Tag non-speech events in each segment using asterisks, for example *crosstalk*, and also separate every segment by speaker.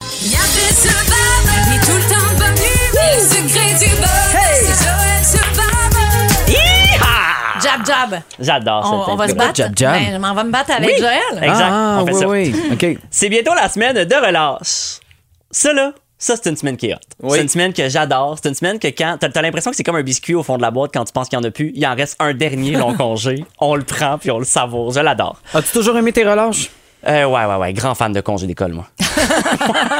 Speaker 1: Bien fait ce bab, mais tout le temps bonne humeur. Le secret du bab,
Speaker 2: Hey.
Speaker 1: c'est Joël ce bab.
Speaker 3: Jab, jab.
Speaker 4: J'adore
Speaker 3: On,
Speaker 4: cette
Speaker 3: on va se
Speaker 4: intro.
Speaker 3: battre.
Speaker 2: jab, jab.
Speaker 3: Ben, je m'en vais me battre avec
Speaker 4: Oui.
Speaker 3: Joël.
Speaker 4: Exact,
Speaker 2: Ah,
Speaker 4: on fait
Speaker 2: oui,
Speaker 4: ça.
Speaker 2: oui. OK.
Speaker 4: C'est bientôt la semaine de relâche. Ça, là, ça, c'est une semaine qui est hot.
Speaker 2: Oui.
Speaker 4: C'est une semaine que j'adore. C'est une semaine que quand. T'as, t'as l'impression que c'est comme un biscuit au fond de la boîte quand tu penses qu'il n'y en a plus. Il en reste un dernier
Speaker 2: *laughs*
Speaker 4: long congé. On le prend puis on le savoure. Je l'adore.
Speaker 2: As-tu toujours aimé tes relâches?
Speaker 4: Euh, ouais, ouais, ouais. Grand fan de congé d'école,
Speaker 2: *laughs*
Speaker 4: moi.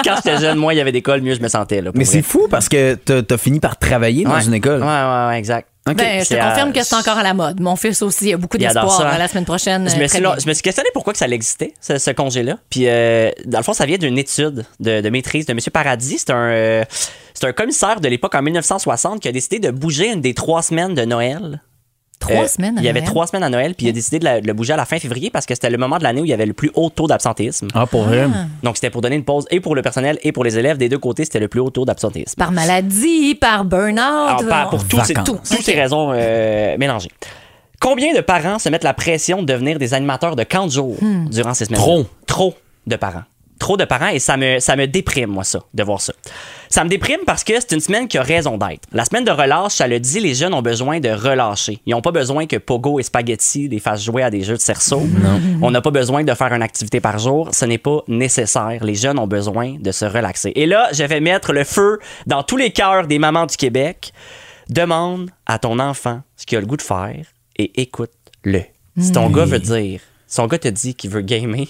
Speaker 4: quand j'étais jeune, moi, il y avait d'école, mieux je me sentais. Là, pour
Speaker 2: Mais
Speaker 4: vrai.
Speaker 2: c'est fou parce que t'as t'as fini par travailler dans
Speaker 4: Ouais.
Speaker 2: une école.
Speaker 4: Ouais, ouais, ouais, exact.
Speaker 2: OK.
Speaker 3: Ben, je te
Speaker 4: C'est, euh,
Speaker 3: confirme que c'est encore à la mode. Mon fils aussi, il y a beaucoup
Speaker 4: Il adore
Speaker 3: d'espoir
Speaker 4: ça, hein.
Speaker 3: euh, la semaine prochaine.
Speaker 4: Je
Speaker 3: euh,
Speaker 4: me,
Speaker 3: très
Speaker 4: suis, là-
Speaker 3: bien.
Speaker 4: je me suis questionné pourquoi que ça existait, ce, ce congé-là. Puis, euh, dans le fond, ça vient d'une étude de, de maîtrise de M. Paradis. C'est un, euh, c'est un commissaire de l'époque en 1960 qui a décidé de bouger une des trois semaines de Noël.
Speaker 3: Trois
Speaker 4: Euh,
Speaker 3: semaines. à
Speaker 4: Il y avait
Speaker 3: Noël.
Speaker 4: trois semaines à Noël, puis il a décidé de, la- de le bouger à la fin février parce que c'était le moment de l'année où il y avait le plus haut taux d'absentéisme.
Speaker 2: Ah, pour vrai?
Speaker 4: Donc, c'était pour donner une pause et pour le personnel et pour les élèves. Des deux côtés, c'était le plus haut taux d'absentéisme.
Speaker 3: Par maladie, par
Speaker 4: Alors,
Speaker 3: burn-out.
Speaker 4: Ah, par- pour tous ces,
Speaker 2: Vacances.
Speaker 4: tout- toutes ces raisons euh, mélangées. Combien de parents se mettent la pression de devenir des animateurs de camp de jour
Speaker 3: Hmm.
Speaker 4: durant ces semaines
Speaker 2: Trop.
Speaker 4: Trop de parents. Trop de parents et ça me, ça me déprime, moi, ça, de voir ça. Ça me déprime parce que c'est une semaine qui a raison d'être. La semaine de relâche, ça le dit, les jeunes ont besoin de relâcher. Ils n'ont pas besoin que Pogo et Spaghetti les fassent jouer à des jeux de cerceau. On n'a pas besoin de faire une activité par jour. Ce n'est pas nécessaire. Les jeunes ont besoin de se relaxer. Et là, je vais mettre le feu dans tous les cœurs des mamans du Québec. Demande à ton enfant ce qu'il a le goût de faire et écoute-le. Si ton gars veut dire, si ton gars te dit qu'il veut gamer,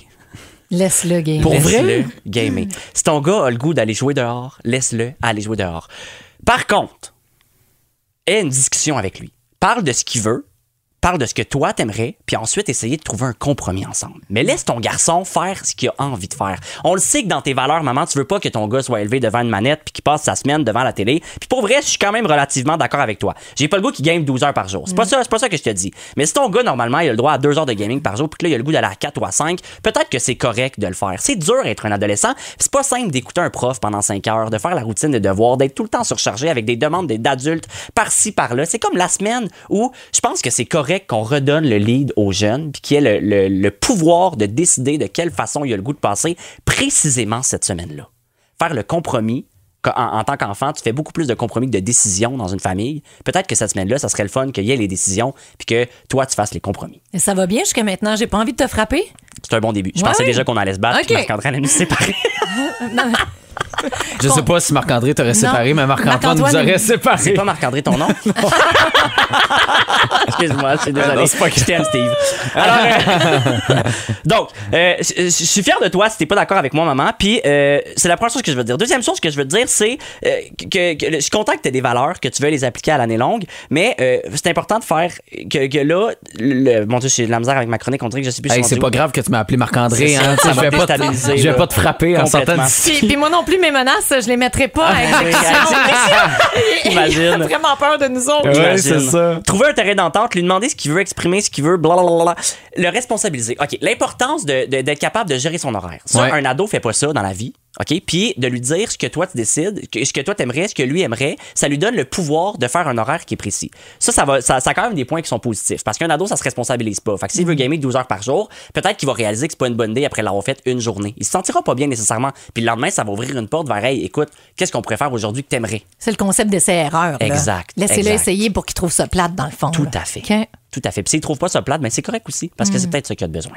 Speaker 3: Laisse-le, game.
Speaker 2: Pour
Speaker 4: laisse-le
Speaker 2: vrai?
Speaker 4: gamer. Si ton gars a le goût d'aller jouer dehors, laisse-le aller jouer dehors. Par contre, aie une discussion avec lui. Parle de ce qu'il veut, parle de ce que toi t'aimerais, puis ensuite essayer de trouver un compromis ensemble. Mais laisse ton garçon faire ce qu'il a envie de faire. On le sait que dans tes valeurs, maman, tu veux pas que ton gars soit élevé devant une manette puis qu'il passe sa semaine devant la télé. Puis pour vrai, je suis quand même relativement d'accord avec toi. J'ai pas le goût qu'il game 12 heures par jour. C'est pas ça, c'est pas ça que je te dis. Mais si ton gars normalement, il a le droit à 2 heures de gaming par jour, puis que là il a le goût d'aller à 4 ou à 5, peut-être que c'est correct de le faire. C'est dur d'être un adolescent, puis c'est pas simple d'écouter un prof pendant 5 heures, de faire la routine des devoirs, d'être tout le temps surchargé avec des demandes des- d'adultes par-ci par-là. C'est comme la semaine où je pense que c'est correct qu'on redonne le lead aux jeunes, puis qu'il y ait le, le- le pouvoir de décider de quelle façon il a le goût de passer précisément cette semaine-là. Faire le compromis. qu'en- En, en tant qu'enfant, tu fais beaucoup plus de compromis que de décisions dans une famille. Peut-être que cette semaine-là, ça serait le fun qu'il y ait les décisions puis que toi, tu fasses les compromis.
Speaker 3: Et Ça va bien jusqu'à maintenant. J'ai pas envie de te frapper.
Speaker 4: C'est un bon début. Je
Speaker 3: Ouais.
Speaker 4: pensais déjà qu'on allait se battre,
Speaker 3: Ok.
Speaker 4: puis Marc-André allait nous séparer.
Speaker 2: Je sais pas si Marc-André t'aurait séparé, mais Marc-Antoine nous
Speaker 3: Marc-Antoine,
Speaker 2: aurait
Speaker 3: il-
Speaker 4: C'est
Speaker 2: séparé.
Speaker 4: pas Marc-André ton
Speaker 2: *laughs*
Speaker 4: nom? *laughs* Excuse-moi, je suis désolé.
Speaker 2: Ah, Non, c'est pas grave.
Speaker 4: je t'aime, Steve. *laughs* Alors, euh, *laughs* donc, euh, je je suis fier de toi si t'es pas d'accord avec moi, maman. Puis, euh, c'est la première chose que je veux te dire. Deuxième chose que je veux te dire, c'est euh, que, que le- je suis content que t'aies des valeurs, que tu veux les appliquer à l'année longue, mais euh, c'est important de faire que, que là, le, le- mon Dieu, j'ai de la misère avec ma chronique, on dirait que je sais plus
Speaker 2: Hey,
Speaker 4: si
Speaker 2: c'est pas grave que tu m'as appelé Marc-André.
Speaker 4: C'est ça,
Speaker 2: Hein, Tu sais,
Speaker 4: ça
Speaker 2: je
Speaker 4: va
Speaker 2: vais pas,
Speaker 4: déstabiliser,
Speaker 2: te- je vais
Speaker 4: là.
Speaker 2: pas te frapper en sortant
Speaker 4: Complètement.
Speaker 2: d'ici.
Speaker 3: Puis, puis moi non plus, mes menaces, je les mettrai pas à exécution.
Speaker 4: Ah,
Speaker 3: *laughs*
Speaker 4: Imagine.
Speaker 3: J'ai vraiment peur de nous autres.
Speaker 2: Ouais,
Speaker 4: J'imagine.
Speaker 2: c'est ça.
Speaker 4: Trouver un terrain d'entente, lui demander ce qu'il veut, exprimer ce qu'il veut, blablabla. Le responsabiliser. OK. L'importance de- de- d'être capable de gérer son horaire. Ça,
Speaker 2: Ouais.
Speaker 4: un ado fait pas ça dans la vie. OK? Puis de lui dire ce que toi tu décides, que- ce que toi t'aimerais, ce que lui aimerait, ça lui donne le pouvoir de faire un horaire qui est précis. Ça, ça va, ça, ça a quand même des points qui sont positifs. Parce qu'un ado, ça se responsabilise pas. Fait que
Speaker 2: Mm.
Speaker 4: s'il veut gamer 12 heures par jour, peut-être qu'il va réaliser que c'est pas une bonne idée après l'avoir fait une journée. Il se sentira pas bien nécessairement. Puis le lendemain, ça va ouvrir une porte vers, hey, écoute, qu'est-ce qu'on pourrait faire aujourd'hui que t'aimerais?
Speaker 3: C'est le concept d'essai-erreur. là.
Speaker 4: Exact,
Speaker 3: Laissez-le
Speaker 4: exact.
Speaker 3: essayer pour qu'il trouve ça plate, dans le fond.
Speaker 4: Tout
Speaker 3: là.
Speaker 4: à fait.
Speaker 3: OK. Ben, Mm.
Speaker 4: Tout à fait. Puis s'ils trouvent pas ça plate, mais c'est correct aussi, parce que c'est peut-être ce qu'il y a de besoin.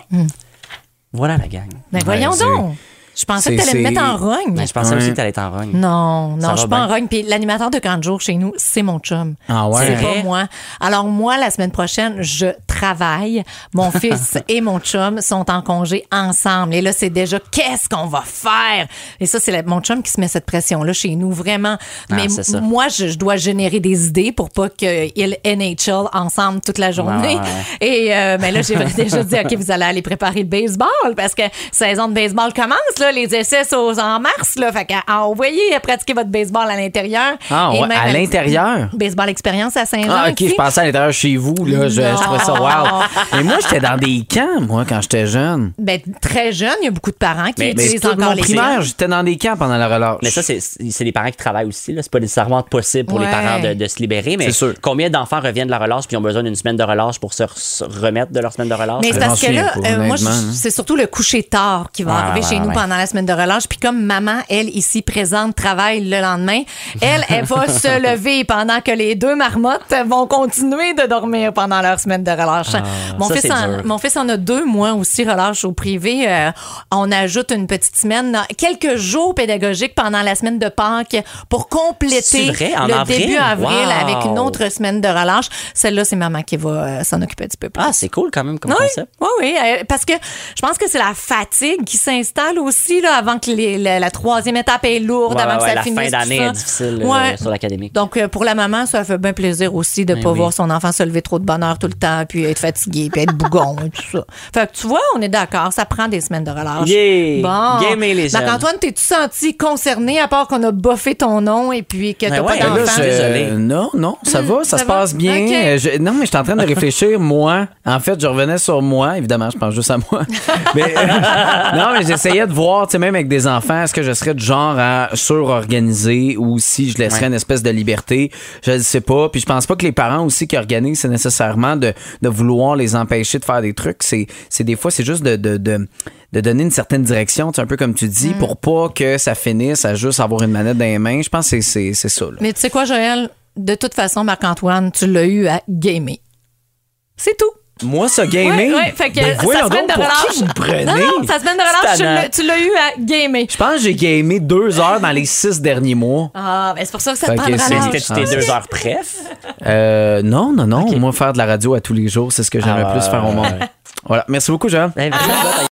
Speaker 4: Voilà la gang.
Speaker 3: Ben voyons
Speaker 2: c'est-
Speaker 3: donc. Je pensais que
Speaker 2: c'est-
Speaker 3: t'allais me
Speaker 2: c'est-
Speaker 3: mettre en rogne.
Speaker 4: Ben, je pensais
Speaker 2: Ouais.
Speaker 4: aussi que t'allais être en rogne.
Speaker 3: Non, non,
Speaker 4: Ça
Speaker 3: je suis
Speaker 4: va
Speaker 3: pas en
Speaker 4: bien.
Speaker 3: rogne. Puis l'animateur de camp de jour chez nous, c'est mon chum.
Speaker 2: Ah ouais?
Speaker 3: C'est pas
Speaker 4: Hein?
Speaker 3: moi. Alors moi, la semaine prochaine, je travaille.
Speaker 4: *laughs*
Speaker 3: Mon fils et mon chum sont en congé ensemble. Et là, c'est déjà qu'est-ce qu'on va faire? Et ça, c'est la- mon chum qui se met cette pression-là chez nous, vraiment. Mais
Speaker 4: Ah, c'est ça.
Speaker 3: moi, je, je dois générer des idées pour pas qu'ils NHL ensemble toute la journée.
Speaker 4: Ouais, ouais,
Speaker 3: Et euh, ben là, j'ai *laughs* déjà dit, OK, vous allez aller préparer le baseball parce que saison de baseball commence, là, les essais sont en mars. Là, fait qu'à à envoyer, à pratiquer votre baseball à l'intérieur.
Speaker 2: Ah,
Speaker 3: Et
Speaker 2: ouais,
Speaker 3: même
Speaker 2: à l'intérieur?
Speaker 3: Baseball expérience à Saint-Jean.
Speaker 2: Ah, ok,
Speaker 3: ici.
Speaker 2: je pensais à l'intérieur chez vous, là. Je, je
Speaker 3: Non.
Speaker 2: trouvais ça wow. Et moi, j'étais dans des camps, moi, quand j'étais jeune.
Speaker 3: Ben, très jeune, il y a beaucoup de parents qui
Speaker 4: Mais- mais
Speaker 3: utilisent
Speaker 2: tout
Speaker 3: encore
Speaker 2: mon
Speaker 3: les
Speaker 2: primaire, j'étais dans des camps pendant la relâche.
Speaker 4: Mais ça, c'est- c'est les parents qui travaillent aussi. là. C'est pas nécessairement possible pour
Speaker 3: Ouais.
Speaker 4: les parents de, de se libérer. Mais
Speaker 2: C'est sûr.
Speaker 4: combien d'enfants reviennent de la relâche puis ont besoin d'une semaine de relâche pour se, re- se remettre de leur semaine de relâche?
Speaker 3: Mais c'est
Speaker 2: Je m'en
Speaker 3: parce que
Speaker 2: souviens
Speaker 3: là,
Speaker 2: pas,
Speaker 3: euh, moi,
Speaker 2: honnêtement,
Speaker 3: je-
Speaker 2: hein.
Speaker 3: c'est surtout le coucher tard qui va
Speaker 4: Ouais,
Speaker 3: arriver
Speaker 4: ouais,
Speaker 3: chez nous
Speaker 4: ouais.
Speaker 3: pendant pendant la semaine de relâche. Puis comme maman, elle, ici présente, travaille le lendemain, elle, elle
Speaker 4: *laughs*
Speaker 3: va se lever pendant que les deux marmottes vont continuer de dormir pendant leur semaine de relâche. mon,
Speaker 4: Ah, ça,
Speaker 3: fils
Speaker 4: c'est
Speaker 3: en,
Speaker 4: dur.
Speaker 3: mon fils en a deux, moi aussi, relâche au privé. Euh, on ajoute une petite semaine, euh, quelques jours pédagogiques pendant la semaine de Pâques pour compléter
Speaker 4: C'est vrai, en
Speaker 3: le
Speaker 4: avril?
Speaker 3: début avril
Speaker 4: Wow!
Speaker 3: avec une autre semaine de relâche. Celle-là, c'est maman qui va euh, s'en occuper un petit peu plus.
Speaker 4: Ah, c'est cool quand même comme
Speaker 3: Oui,
Speaker 4: concept.
Speaker 3: oui, oui, euh, parce que je pense que c'est la fatigue qui s'installe aussi là, avant que les- la, la troisième étape est lourde,
Speaker 4: Ouais,
Speaker 3: avant
Speaker 4: ouais,
Speaker 3: que
Speaker 4: ouais,
Speaker 3: ça
Speaker 4: la
Speaker 3: finisse.
Speaker 4: fin
Speaker 3: tout
Speaker 4: d'année
Speaker 3: ça.
Speaker 4: est difficile euh,
Speaker 3: Ouais.
Speaker 4: sur l'académique. Ben
Speaker 3: Donc, euh, pour la maman, ça fait bien plaisir aussi de ne pas
Speaker 4: oui.
Speaker 3: voir son enfant se lever trop de bonheur tout le temps, puis être fatigué, puis être bougon *laughs* et tout ça. Fait que tu vois, on est d'accord, ça prend des semaines de relâche.
Speaker 4: Yeah!
Speaker 3: Bon.
Speaker 4: Gamer les jeunes.
Speaker 3: Marc-Antoine, t'es-tu senti concerné à part qu'on a boffé ton nom et puis que t'as
Speaker 4: Ben ouais,
Speaker 3: pas
Speaker 2: Ben là,
Speaker 3: d'enfant?
Speaker 2: je-
Speaker 4: Désolé.
Speaker 2: non, non, ça va, ça,
Speaker 3: ça
Speaker 2: se
Speaker 3: va?
Speaker 2: passe bien.
Speaker 3: Ok.
Speaker 2: Euh, je- non, mais je suis en train de réfléchir, moi. En fait, je revenais sur moi. Évidemment, je pense juste à moi. Mais, euh, non, mais j'essayais de voir, tu sais, même avec des enfants, est-ce que je serais du genre à surorganiser ou si je laisserais
Speaker 4: Ouais.
Speaker 2: une espèce de liberté. Je ne sais pas. Puis je pense pas que les parents aussi qui organisent, c'est nécessairement de, de vouloir les empêcher de faire des trucs. C'est c'est des fois, c'est juste de... de- de- de donner une certaine direction, tu sais, un peu comme tu dis, pour pas que ça finisse à juste avoir une manette dans les mains. Je pense que c'est- c'est c'est ça. là.
Speaker 3: Mais tu sais quoi, Joël? De toute façon, Marc-Antoine, tu l'as eu à gamer. C'est tout.
Speaker 2: Moi, ça gaming.
Speaker 3: Ouais, ouais, fait que
Speaker 2: ben
Speaker 3: sa
Speaker 2: voyons
Speaker 3: semaine
Speaker 2: donc,
Speaker 3: de
Speaker 2: pour
Speaker 3: relâche.
Speaker 2: qui vous prenez?
Speaker 3: Non, non, sa semaine de relâche, tu
Speaker 2: Tannant.
Speaker 3: l'as- tu l'as eu à gamer.
Speaker 2: Je pense que j'ai gamé deux heures dans les six derniers mois.
Speaker 3: Ah, ben c'est pour ça que ça
Speaker 2: Fait
Speaker 3: te
Speaker 2: que
Speaker 3: prendra
Speaker 2: c'est-
Speaker 3: l'âge.
Speaker 4: C'était-tu tes
Speaker 2: Ah.
Speaker 4: deux heures préf?
Speaker 3: Ah,
Speaker 2: Euh, non, non, non. Moi, faire de la radio à tous les jours, c'est ce que j'aimais
Speaker 4: Ah,
Speaker 2: plus faire au monde.
Speaker 4: ouais.
Speaker 2: Voilà. Merci beaucoup, Jean.
Speaker 4: Ben, vraiment,